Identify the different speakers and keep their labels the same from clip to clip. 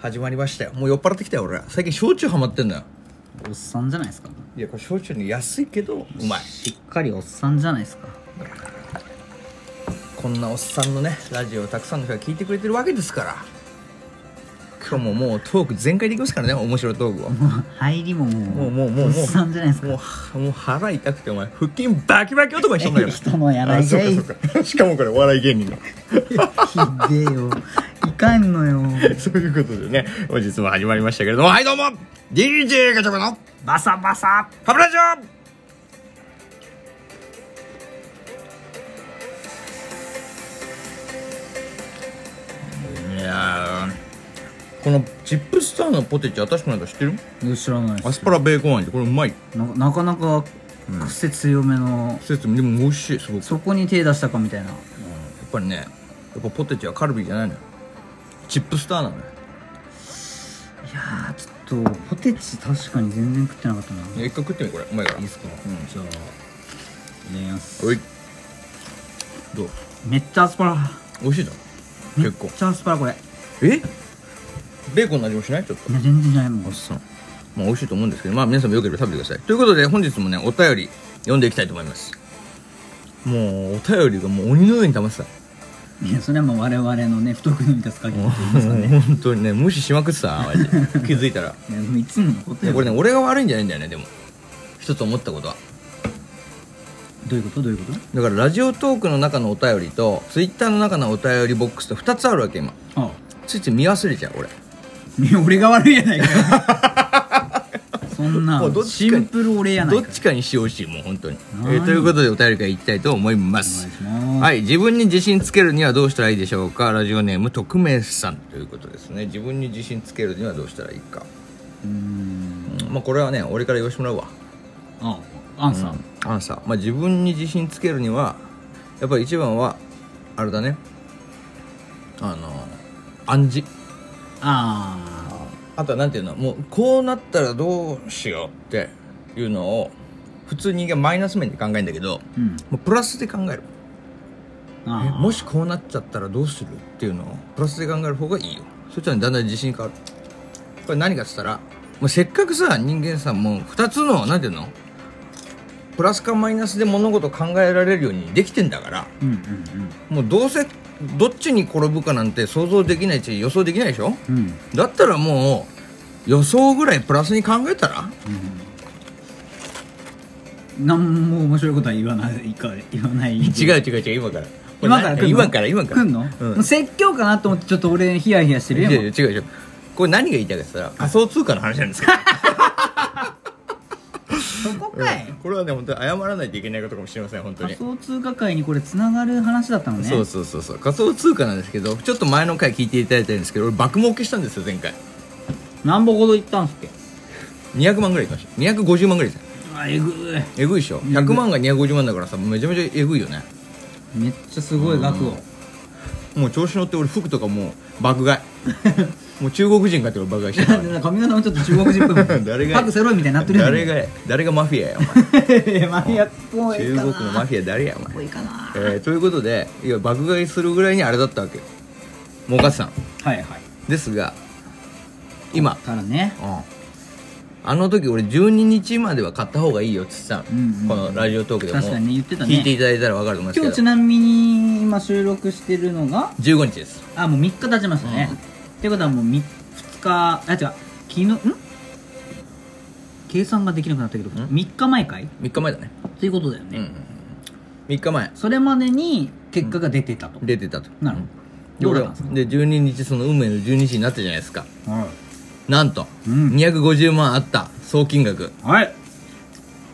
Speaker 1: 始まりましたよもう酔っ払ってきたよ俺ら最近焼酎ハマってんだよ
Speaker 2: おっさんじゃないですか
Speaker 1: いやこれ焼酎に安いけどうまい
Speaker 2: しっかりおっさんじゃないですか
Speaker 1: こんなおっさんのねラジオをたくさんの人が聞いてくれてるわけですから今日ももうトーク全開でいきますからね面白いトークを
Speaker 2: もう入りももう
Speaker 1: もうもうもう
Speaker 2: おっさんじゃないです
Speaker 1: もう
Speaker 2: か
Speaker 1: はもう腹痛くてお前腹筋バキバキ男にしたんだよ
Speaker 2: 人のやらい
Speaker 1: あそう
Speaker 2: で
Speaker 1: かそうかしかもこれお笑い芸人の
Speaker 2: ひでえよいかんのよ
Speaker 1: そういうことでね本日も始まりましたけれどもはいどうも DJ ガチャバの
Speaker 2: バサバサ
Speaker 1: ハブラジオいやーこのチップスターのポテチ私もなんか知ってる
Speaker 2: 知らないで
Speaker 1: アス
Speaker 2: す
Speaker 1: パラベーコン味これうまい
Speaker 2: ななかなか癖強めの、
Speaker 1: 季節でも美味しいすごくや
Speaker 2: そこに手出したかみたい
Speaker 1: っ
Speaker 2: な
Speaker 1: ぱりねやっぱポテチはカルビじゃないのよチップスターなのよ
Speaker 2: いやーちょっとポテチ確かに全然食ってなかったない
Speaker 1: や一回食ってみこれうまいから
Speaker 2: いいっすか、じゃあいただきます
Speaker 1: おいどう
Speaker 2: めっちゃアスパラ
Speaker 1: 美味しいだろ
Speaker 2: めっ
Speaker 1: 結構
Speaker 2: ちゃアスパラこれ
Speaker 1: えベーコンの味もしないちょっと
Speaker 2: いや全然ないも
Speaker 1: おっ
Speaker 2: ん
Speaker 1: さんまあ美味しいと思うんですけどまあ皆さんもよければ食べてくださいということで本日もねお便り読んでいきたいと思いますもうお便りがもう鬼のように溜まってた、
Speaker 2: いやそれはもう我々のね不得意の満たす限りと言いますかね
Speaker 1: もう 本当にね無視しまくってたマジで気づい たら
Speaker 2: いやもういつものこと
Speaker 1: で
Speaker 2: よ
Speaker 1: これね俺が悪いんじゃないんだよねでも一つ思ったことは
Speaker 2: どういうことどういうこと
Speaker 1: だからラジオトークの中のお便りとツイッターの中のお便りボックスと2つあるわけ今
Speaker 2: あ
Speaker 1: ついつい見忘れちゃう俺
Speaker 2: あ俺が悪いやないか よそんな
Speaker 1: もうどっ
Speaker 2: シ
Speaker 1: ちかに
Speaker 2: ンプル俺やない
Speaker 1: ど
Speaker 2: か
Speaker 1: っちかにしてほしいもう本当に、え
Speaker 2: はい
Speaker 1: ーということでお便りからいきたいと思いま
Speaker 2: お
Speaker 1: す
Speaker 2: 願いします、
Speaker 1: はい、自分に自信つけるにはどうしたらいいでしょうかラジオネーム匿名さんということですね自分に自信つけるにはどうしたらいいか、
Speaker 2: うーん
Speaker 1: うんまあこれはね俺から言わせてもらうわ
Speaker 2: あアンサー、
Speaker 1: アンサー、まあ、自分に自信つけるにはやっぱり一番はあれだねあの暗示
Speaker 2: ああ
Speaker 1: あとはなんていうのもうこうなったらどうしようっていうのを普通人間マイナス面で考えるんだけど
Speaker 2: うん
Speaker 1: もうプラスで考える
Speaker 2: あ
Speaker 1: え
Speaker 2: ー
Speaker 1: もしこうなっちゃったらどうするっていうのをプラスで考える方がいいよそしたらだんだん自信変わるこれ何かっつったら、まあ、せっかくさ人間さもう2つの何ていうのプラスかマイナスで物事を考えられるようにできてんだから
Speaker 2: うんうん
Speaker 1: もうどうせどっちに転ぶかなんて想像できないし予想できないでしょ
Speaker 2: うんうんうん
Speaker 1: だったらもう予想ぐらいプラスに考えたら
Speaker 2: 何も面白いことは言わないか言わない
Speaker 1: 違う違う違う今から
Speaker 2: 今から来ん
Speaker 1: これ今か
Speaker 2: の
Speaker 1: ら今から
Speaker 2: 来んの、
Speaker 1: うん
Speaker 2: もう説教かなと思ってちょっと俺ヒヤヒヤしてる
Speaker 1: い
Speaker 2: よ
Speaker 1: やいや違
Speaker 2: 今
Speaker 1: う違うこれ何が言いたいかって言ったら仮想通貨の話なんですけど
Speaker 2: そこかい、
Speaker 1: これはね本当に謝らないといけないことかもしれません本当に
Speaker 2: 仮想通貨界にこれつながる話だったのね
Speaker 1: そうそうそうそう仮想通貨なんですけどちょっと前の回聞いていただいたんですけど俺爆儲けしたんですよ前回
Speaker 2: 何歩ほど行ったんすっけ
Speaker 1: 200万ぐらいいきました250万ぐらいですね
Speaker 2: あえぐい
Speaker 1: えぐいでしょ100万が250万だからさめちゃめちゃえぐいよね
Speaker 2: めっちゃすごい額を
Speaker 1: もう調子乗って俺服とかもう爆買 いもう中国人かって俺爆買いしてたから
Speaker 2: なんか髪型もちょっと中国人っぽいも ん
Speaker 1: 誰が
Speaker 2: パクセロイみたいになってるやん
Speaker 1: 誰が誰がマフィアや
Speaker 2: がマニアっ
Speaker 1: お
Speaker 2: ぽ
Speaker 1: 前
Speaker 2: いか
Speaker 1: 中
Speaker 2: な
Speaker 1: 国のマフィア誰やお
Speaker 2: っ
Speaker 1: 前
Speaker 2: ぽいかな
Speaker 1: えーということでいや爆買いするぐらいにあれだったわけよ儲かってたの
Speaker 2: はいはい
Speaker 1: ですが今
Speaker 2: からね
Speaker 1: あの時俺12日までは買った方がいいよって言ってたの、
Speaker 2: うんうん
Speaker 1: このラジオトークでも
Speaker 2: 確かにね言ってたね
Speaker 1: 聞いていただいたら分かると思います
Speaker 2: 今
Speaker 1: け
Speaker 2: 日
Speaker 1: ど
Speaker 2: ちなみに今収録してるのが
Speaker 1: 15日です
Speaker 2: あもう3日経ちましたね、
Speaker 1: うん
Speaker 2: ってことはもう3 2日あ違う昨日ん計算ができなくなったけど
Speaker 1: ん
Speaker 2: 3日前かい
Speaker 1: 3日前だね、
Speaker 2: ということだよ
Speaker 1: う
Speaker 2: ね、
Speaker 1: んうん、3日前
Speaker 2: それまでに結果が出てたと、
Speaker 1: 出てたと
Speaker 2: なるほ
Speaker 1: で
Speaker 2: どどう
Speaker 1: 俺
Speaker 2: だった
Speaker 1: は
Speaker 2: んですか
Speaker 1: で12日その運命の12日になったじゃないですか
Speaker 2: は
Speaker 1: なんと、
Speaker 2: うん
Speaker 1: 250万あった総金額
Speaker 2: い、はい、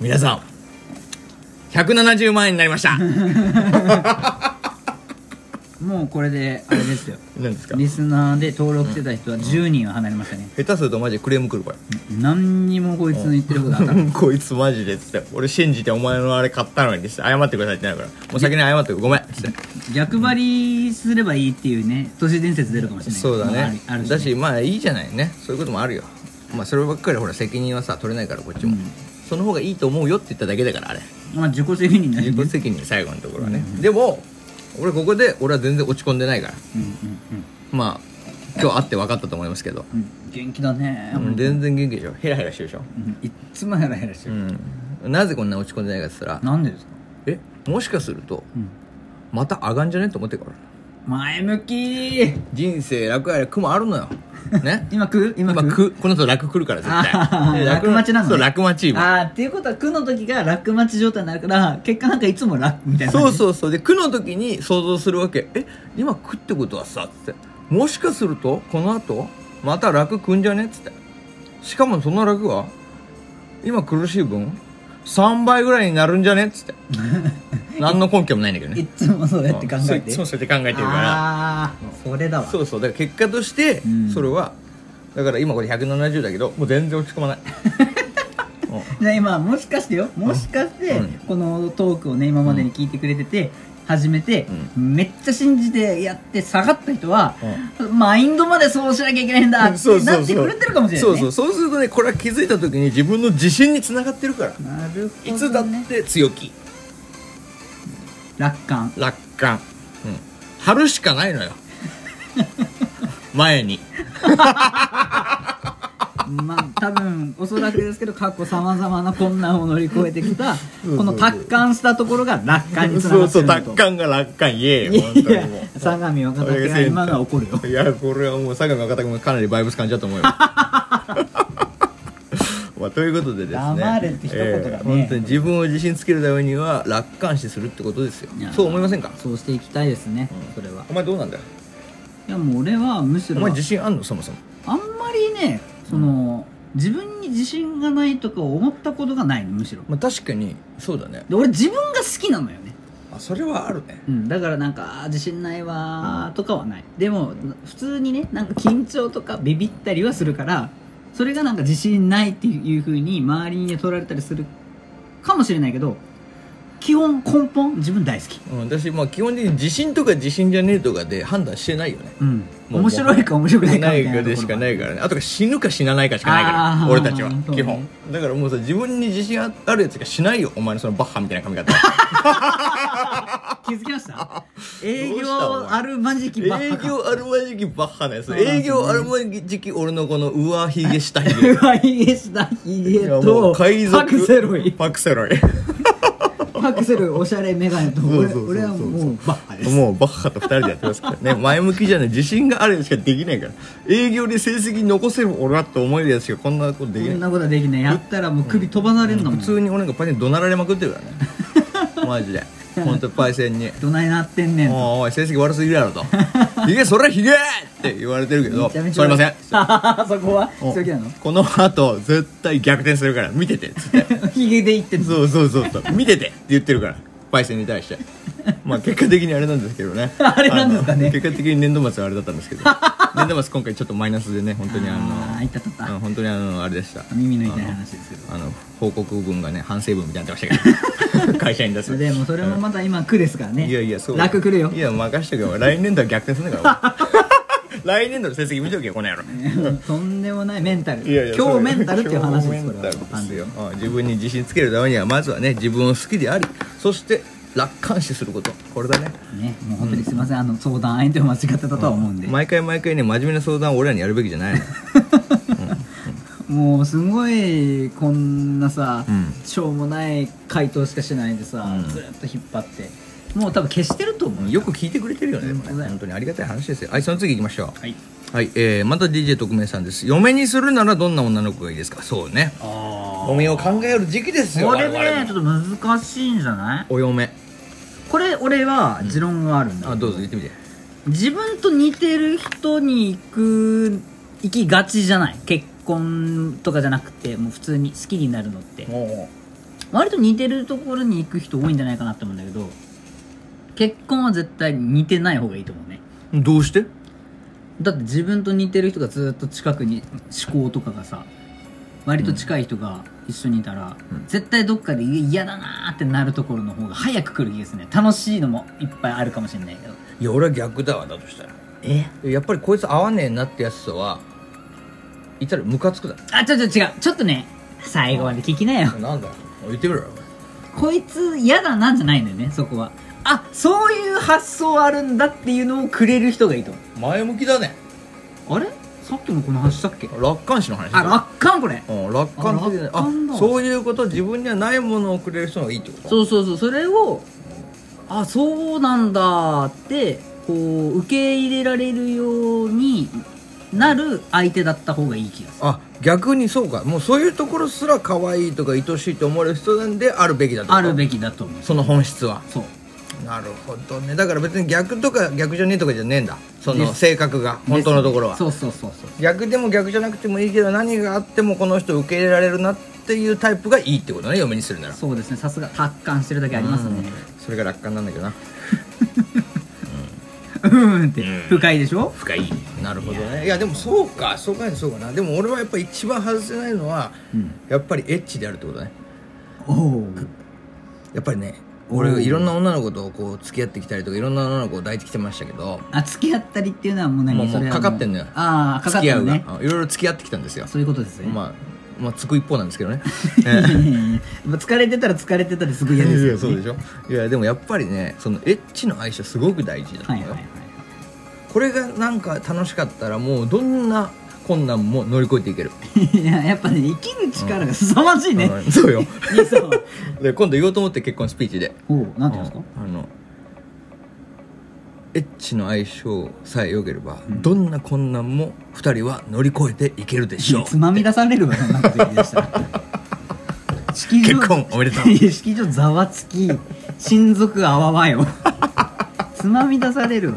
Speaker 1: 皆さん170万円になりま した
Speaker 2: もうこれであれですよ
Speaker 1: 何ですか
Speaker 2: リスナーで登録してた人は10人は離れましたね、
Speaker 1: 下手するとマジでクレーム来るこれ
Speaker 2: 何にもこいつの言ってることが当たる
Speaker 1: こいつマジでっつって俺信じてお前のあれ買ったのにっつって謝ってくださいってなるからもう先に謝ってごめんっつって
Speaker 2: 逆張りすればいいっていうね都市伝説出るかもしれない
Speaker 1: そうだ
Speaker 2: もあ
Speaker 1: ね
Speaker 2: るある
Speaker 1: だしまあいいじゃないねそういうこともあるよまあそればっかりほら責任はさ取れないからこっちも、その方がいいと思うよって言っただけだからあれ
Speaker 2: まあ自己責任なんで
Speaker 1: 自己責任最後のところはね、でも俺ここで俺は全然落ち込んでないから
Speaker 2: うんうんうん
Speaker 1: まあ今日会って分かったと思いますけど、
Speaker 2: うん元気だね、
Speaker 1: うん全然元気でしょヘラヘラしてるでしょ、
Speaker 2: うんいっつもヘラヘラして
Speaker 1: う
Speaker 2: る、
Speaker 1: ん、なぜこんな落ち込んでないかって言ったら
Speaker 2: なんでですか、
Speaker 1: えもしかすると
Speaker 2: うん、
Speaker 1: また上がんじゃねと思ってるから
Speaker 2: 前向き
Speaker 1: 人生楽やら苦もあるの よね
Speaker 2: 今食う今
Speaker 1: 今
Speaker 2: 食
Speaker 1: 苦
Speaker 2: う
Speaker 1: この後楽来るから絶
Speaker 2: あ
Speaker 1: 対で
Speaker 2: ー楽待ちなのね
Speaker 1: そう楽待ち今
Speaker 2: ああっていうことは苦の時が楽待ち状態になるから結果なんかいつも楽みたいな感じ
Speaker 1: そうそうそうで苦の時に想像するわけえ今苦ってことはさつってもしかするとこの後また楽くんじゃねっつってしかもその楽は今苦しい分3倍ぐらいになるんじゃねっつって 何の根拠もないんだけど
Speaker 2: い
Speaker 1: ね
Speaker 2: つもそうやって考
Speaker 1: そう
Speaker 2: え
Speaker 1: い
Speaker 2: て
Speaker 1: つもそうやって考えてるから
Speaker 2: ああそれだわ
Speaker 1: そうそうだから結果として
Speaker 2: うん
Speaker 1: それは、だから今これ170だけどもう全然落ち込ま ないうん
Speaker 2: じゃあ今もしかしてよもしかして
Speaker 1: うん
Speaker 2: このトークをね今までに聞いてくれてて始めて、めっちゃ信じてやって下がった人は、マインドまでそうしなきゃいけないんだって
Speaker 1: そうそうそう
Speaker 2: なってくれてるかもしれない、
Speaker 1: そ
Speaker 2: ね、
Speaker 1: うそうそうするとねこれは気づいた時に自分の自信につながってるから
Speaker 2: なるほど、ね、
Speaker 1: いつだって強気
Speaker 2: 楽観
Speaker 1: 楽観、うん、張るしかない のよ前に
Speaker 2: まあ多分おそらくですけど過去さまざまな困難を乗り越えてきた
Speaker 1: う
Speaker 2: この達観したところが楽観につな
Speaker 1: そう
Speaker 2: がって
Speaker 1: そう
Speaker 2: るんだ
Speaker 1: 楽
Speaker 2: と
Speaker 1: 観が楽観イエー
Speaker 2: い
Speaker 1: イ
Speaker 2: や
Speaker 1: 本
Speaker 2: い
Speaker 1: 当にも
Speaker 2: や相模若竹が今が怒るよ
Speaker 1: ういやこれはもう佐賀の方もかなりバイブス感じだと思うよ まあ、ということでですね
Speaker 2: 黙れって一言だね
Speaker 1: えー本当に自分を自信つけるためには楽観視するってことですよ
Speaker 2: いや
Speaker 1: そう思いませんか
Speaker 2: そうしていきたいですね、
Speaker 1: うん
Speaker 2: それは
Speaker 1: お前どうなんだよ
Speaker 2: いやもう俺はむし
Speaker 1: お
Speaker 2: ろ
Speaker 1: 前自信あんのそもそも
Speaker 2: あんまりねその自分に自信がないとか思ったことがないのむしろ
Speaker 1: まあ、確かにそうだね
Speaker 2: で俺自分が好きなのよね、
Speaker 1: あそれはあるね
Speaker 2: うん、だからなんかあー自信ないわーとかはないでも普通にねなんか緊張とかビビったりはするからそれがなんか自信ないっていうふうに周りにね取られたりするかもしれないけど基本根本自分大好き
Speaker 1: うん、私まあ基本的に自信とか自信じゃねえとかで判断してないよね
Speaker 2: うん
Speaker 1: もう
Speaker 2: 面白いか面白くないかみ
Speaker 1: な
Speaker 2: たい
Speaker 1: い
Speaker 2: な
Speaker 1: かでしかないからねあとが死ぬか死なないかしかないか
Speaker 2: あ
Speaker 1: ら
Speaker 2: ー
Speaker 1: 俺たちは
Speaker 2: そうね
Speaker 1: 基本だからもうさ自分に自信ああるやつがしないよお前のそのバッハみたいな髪 型
Speaker 2: 気づきました
Speaker 1: ど
Speaker 2: 営
Speaker 1: うしたお前
Speaker 2: 業あるまじき
Speaker 1: 営
Speaker 2: ばっか
Speaker 1: 業あるまじきバッハのやつ
Speaker 2: そうなんですね
Speaker 1: 営業あるまじき俺のこの上髭下髭
Speaker 2: うわイエスだヒゲ
Speaker 1: いやも
Speaker 2: と
Speaker 1: う海賊
Speaker 2: パクセロイ
Speaker 1: パクセロイ
Speaker 2: パクセロイおしゃれメガネと
Speaker 1: そうそう
Speaker 2: 俺
Speaker 1: そうそう
Speaker 2: 俺はもうバッハです
Speaker 1: もうバッハと二人でやってますからね前向きじゃない自信があるやつしかできないから営業で成績残せる俺はと思えるやつしかこんなことでき
Speaker 2: こ
Speaker 1: ない
Speaker 2: んなことはできないやったらもう首飛ばされるのも
Speaker 1: 普
Speaker 2: ん
Speaker 1: 通に俺なんかパイセンに怒鳴られまくってる からねマジで本当にパイセンに
Speaker 2: どないなってんね
Speaker 1: 「
Speaker 2: ん
Speaker 1: おいおい成績悪すぎるやろ」と「ひげそれひげ!」って言われてるけどそ
Speaker 2: めちゃ
Speaker 1: れ
Speaker 2: めちゃ
Speaker 1: ません
Speaker 2: そこは強気なの
Speaker 1: この後絶対逆転するから見ててっつって
Speaker 2: ヒゲでいってんの
Speaker 1: そうそうそうそう見ててって言ってるからパイセンに対してまあ結果的にあれなんですけどね
Speaker 2: あれなんですかね
Speaker 1: あの結果的に年度末はあれだったんですけ ど年度末今回ちょっとマイナスでね本当にあ
Speaker 2: あーいたた
Speaker 1: のう
Speaker 2: た
Speaker 1: ん本当にあのあれでした
Speaker 2: 耳の痛い話ですけど
Speaker 1: あの報告文がね反省文みたいになってましたけど 会社に出す
Speaker 2: でもそれもまだ今苦ですからね
Speaker 1: いやいやそう
Speaker 2: 楽来るよ
Speaker 1: いや任してくれ来年度は逆転すんだから 俺来年度の成績見とけよこの野郎
Speaker 2: とんでもないメンタル
Speaker 1: いやいや
Speaker 2: 今日メンタルっていう話
Speaker 1: 今日
Speaker 2: ですこ
Speaker 1: メ
Speaker 2: れ
Speaker 1: ン
Speaker 2: は
Speaker 1: タルですようん自分に自信つけるためにはまずはね自分を好きでありそして楽観視することこれだね
Speaker 2: ね、もう本当にすみません、あの相談相手を間違ってたとは思うんで、
Speaker 1: 毎回毎回ね真面目な相談を俺らにやるべきじゃないの
Speaker 2: もうすごいこんなさ、
Speaker 1: うん
Speaker 2: しょうもない回答しかしないでさ、ずっと引っ張ってもう多分消してると思う
Speaker 1: よく聞いてくれてるよねでも
Speaker 2: 本当
Speaker 1: ね
Speaker 2: だよ
Speaker 1: 本当にありがたい話ですよはいその次行きましょ
Speaker 2: はい、
Speaker 1: うはいえーまた DJ 特命さんです嫁にするならどんな女の子がいいですかそうね
Speaker 2: あ
Speaker 1: 嫁を考える時期ですよ
Speaker 2: これ
Speaker 1: 我々
Speaker 2: ね
Speaker 1: も
Speaker 2: ちょっと難しいんじゃない
Speaker 1: お嫁
Speaker 2: これ俺は持論があるんだけ
Speaker 1: あどうぞ言ってみて
Speaker 2: 自分と似てる人に行く行きがちじゃない結婚とかじゃなくてもう普通に好きになるのって
Speaker 1: も
Speaker 2: 割と似てるところに行く人多いんじゃないかなって思うんだけど結婚は絶対似てない方がいいと思うね
Speaker 1: うどうして
Speaker 2: だって自分と似てる人がずっと近くに思考とかがさ割と近い人が一緒にいたら、
Speaker 1: うん
Speaker 2: 絶対どっかでいや嫌だなーってなるところの方が早く来る気がするね楽しいのもいっぱいあるかもしれないけど
Speaker 1: いや俺は逆だわだとしたら
Speaker 2: え
Speaker 1: やっぱりこいつ合わねえなってやつとはいたらムカつくだ
Speaker 2: あちょちょ違うちょっとね最後まで聞きなよ
Speaker 1: なんだよ言ってみろよ
Speaker 2: こいつ嫌だなんじゃないんだよねそこはあそういう発想あるんだっていうのをくれる人がいいと思う
Speaker 1: 前向きだね
Speaker 2: あれさっきもこの話したっけ
Speaker 1: 楽観視の話
Speaker 2: あ楽観これ
Speaker 1: うん楽観的で
Speaker 2: あ楽
Speaker 1: あ
Speaker 2: 観だ
Speaker 1: そういうこと自分にはないものをくれる人がいいってこと
Speaker 2: そうそうそうそれをあそうなんだってこう受け入れられるようになる相手だった方がいい気がする
Speaker 1: あ逆にそうかもうそういうところすら可愛いとか愛しいと思われる人なんであるべきだと
Speaker 2: あるべきだと思う
Speaker 1: その本質は
Speaker 2: そう
Speaker 1: なるほどねだから別に逆とか逆じゃねえとかじゃねえんだその
Speaker 2: です
Speaker 1: 性格が本当のところは、
Speaker 2: そうそうそうそう
Speaker 1: 逆でも逆じゃなくてもいいけど何があってもこの人受け入れられるなっていうタイプがいいってことね嫁にするなら
Speaker 2: そうですねさすが達観してるだけありますね
Speaker 1: うんそれが楽観なんだけどな
Speaker 2: うんって
Speaker 1: うん
Speaker 2: 深いでしょ
Speaker 1: 深いなるほどねいやでもそうかそうかそうかなでも俺はやっぱ一番外せないのは、
Speaker 2: うん
Speaker 1: やっぱりエッチであるってことね
Speaker 2: おお
Speaker 1: やっぱりね
Speaker 2: おー
Speaker 1: 俺いろんな女の子とこう付き合ってきたりとかいろんな女の子を抱いてきてましたけど
Speaker 2: あ付き合ったりっていうのはもう何
Speaker 1: もう
Speaker 2: それは
Speaker 1: もうかかってんのよ
Speaker 2: ああかかっ
Speaker 1: 付き
Speaker 2: て
Speaker 1: 合
Speaker 2: る
Speaker 1: うが、
Speaker 2: ね
Speaker 1: うんいろいろ付き合ってきたんですよ
Speaker 2: そういうことですね、
Speaker 1: まあまあつく一方なんですけ どね
Speaker 2: いやいやいややっぱ疲れてたら疲れてたですごい嫌ですよ、ね、
Speaker 1: そうでしょいやでもやっぱりねそのエッチの相性すごく大事だと
Speaker 2: はい
Speaker 1: 思う
Speaker 2: はい
Speaker 1: よ、
Speaker 2: はい
Speaker 1: これがなんか楽しかったらもうどんな困難も乗り越えていける、
Speaker 2: いややっぱね生きる力が凄まじいね、
Speaker 1: うんそうよ
Speaker 2: いいさん
Speaker 1: で今度言おうと思って結婚スピーチで
Speaker 2: おおなんて言うんですか
Speaker 1: あのエッチの相性さえ良ければ、どんな困難も2人は乗り越えていけるでしょう
Speaker 2: つまみ出されるわそん なこと言い出したら式場
Speaker 1: 結婚おめでとう
Speaker 2: いや式場ざわつき親族あわ わよつまみ出されるわ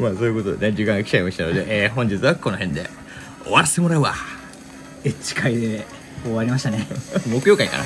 Speaker 1: まあそういうことでね時間が来ちゃいましたので、えー本日はこの辺で終わらせてもらうわ
Speaker 2: エッチ会で終わりましたね
Speaker 1: 木曜会かな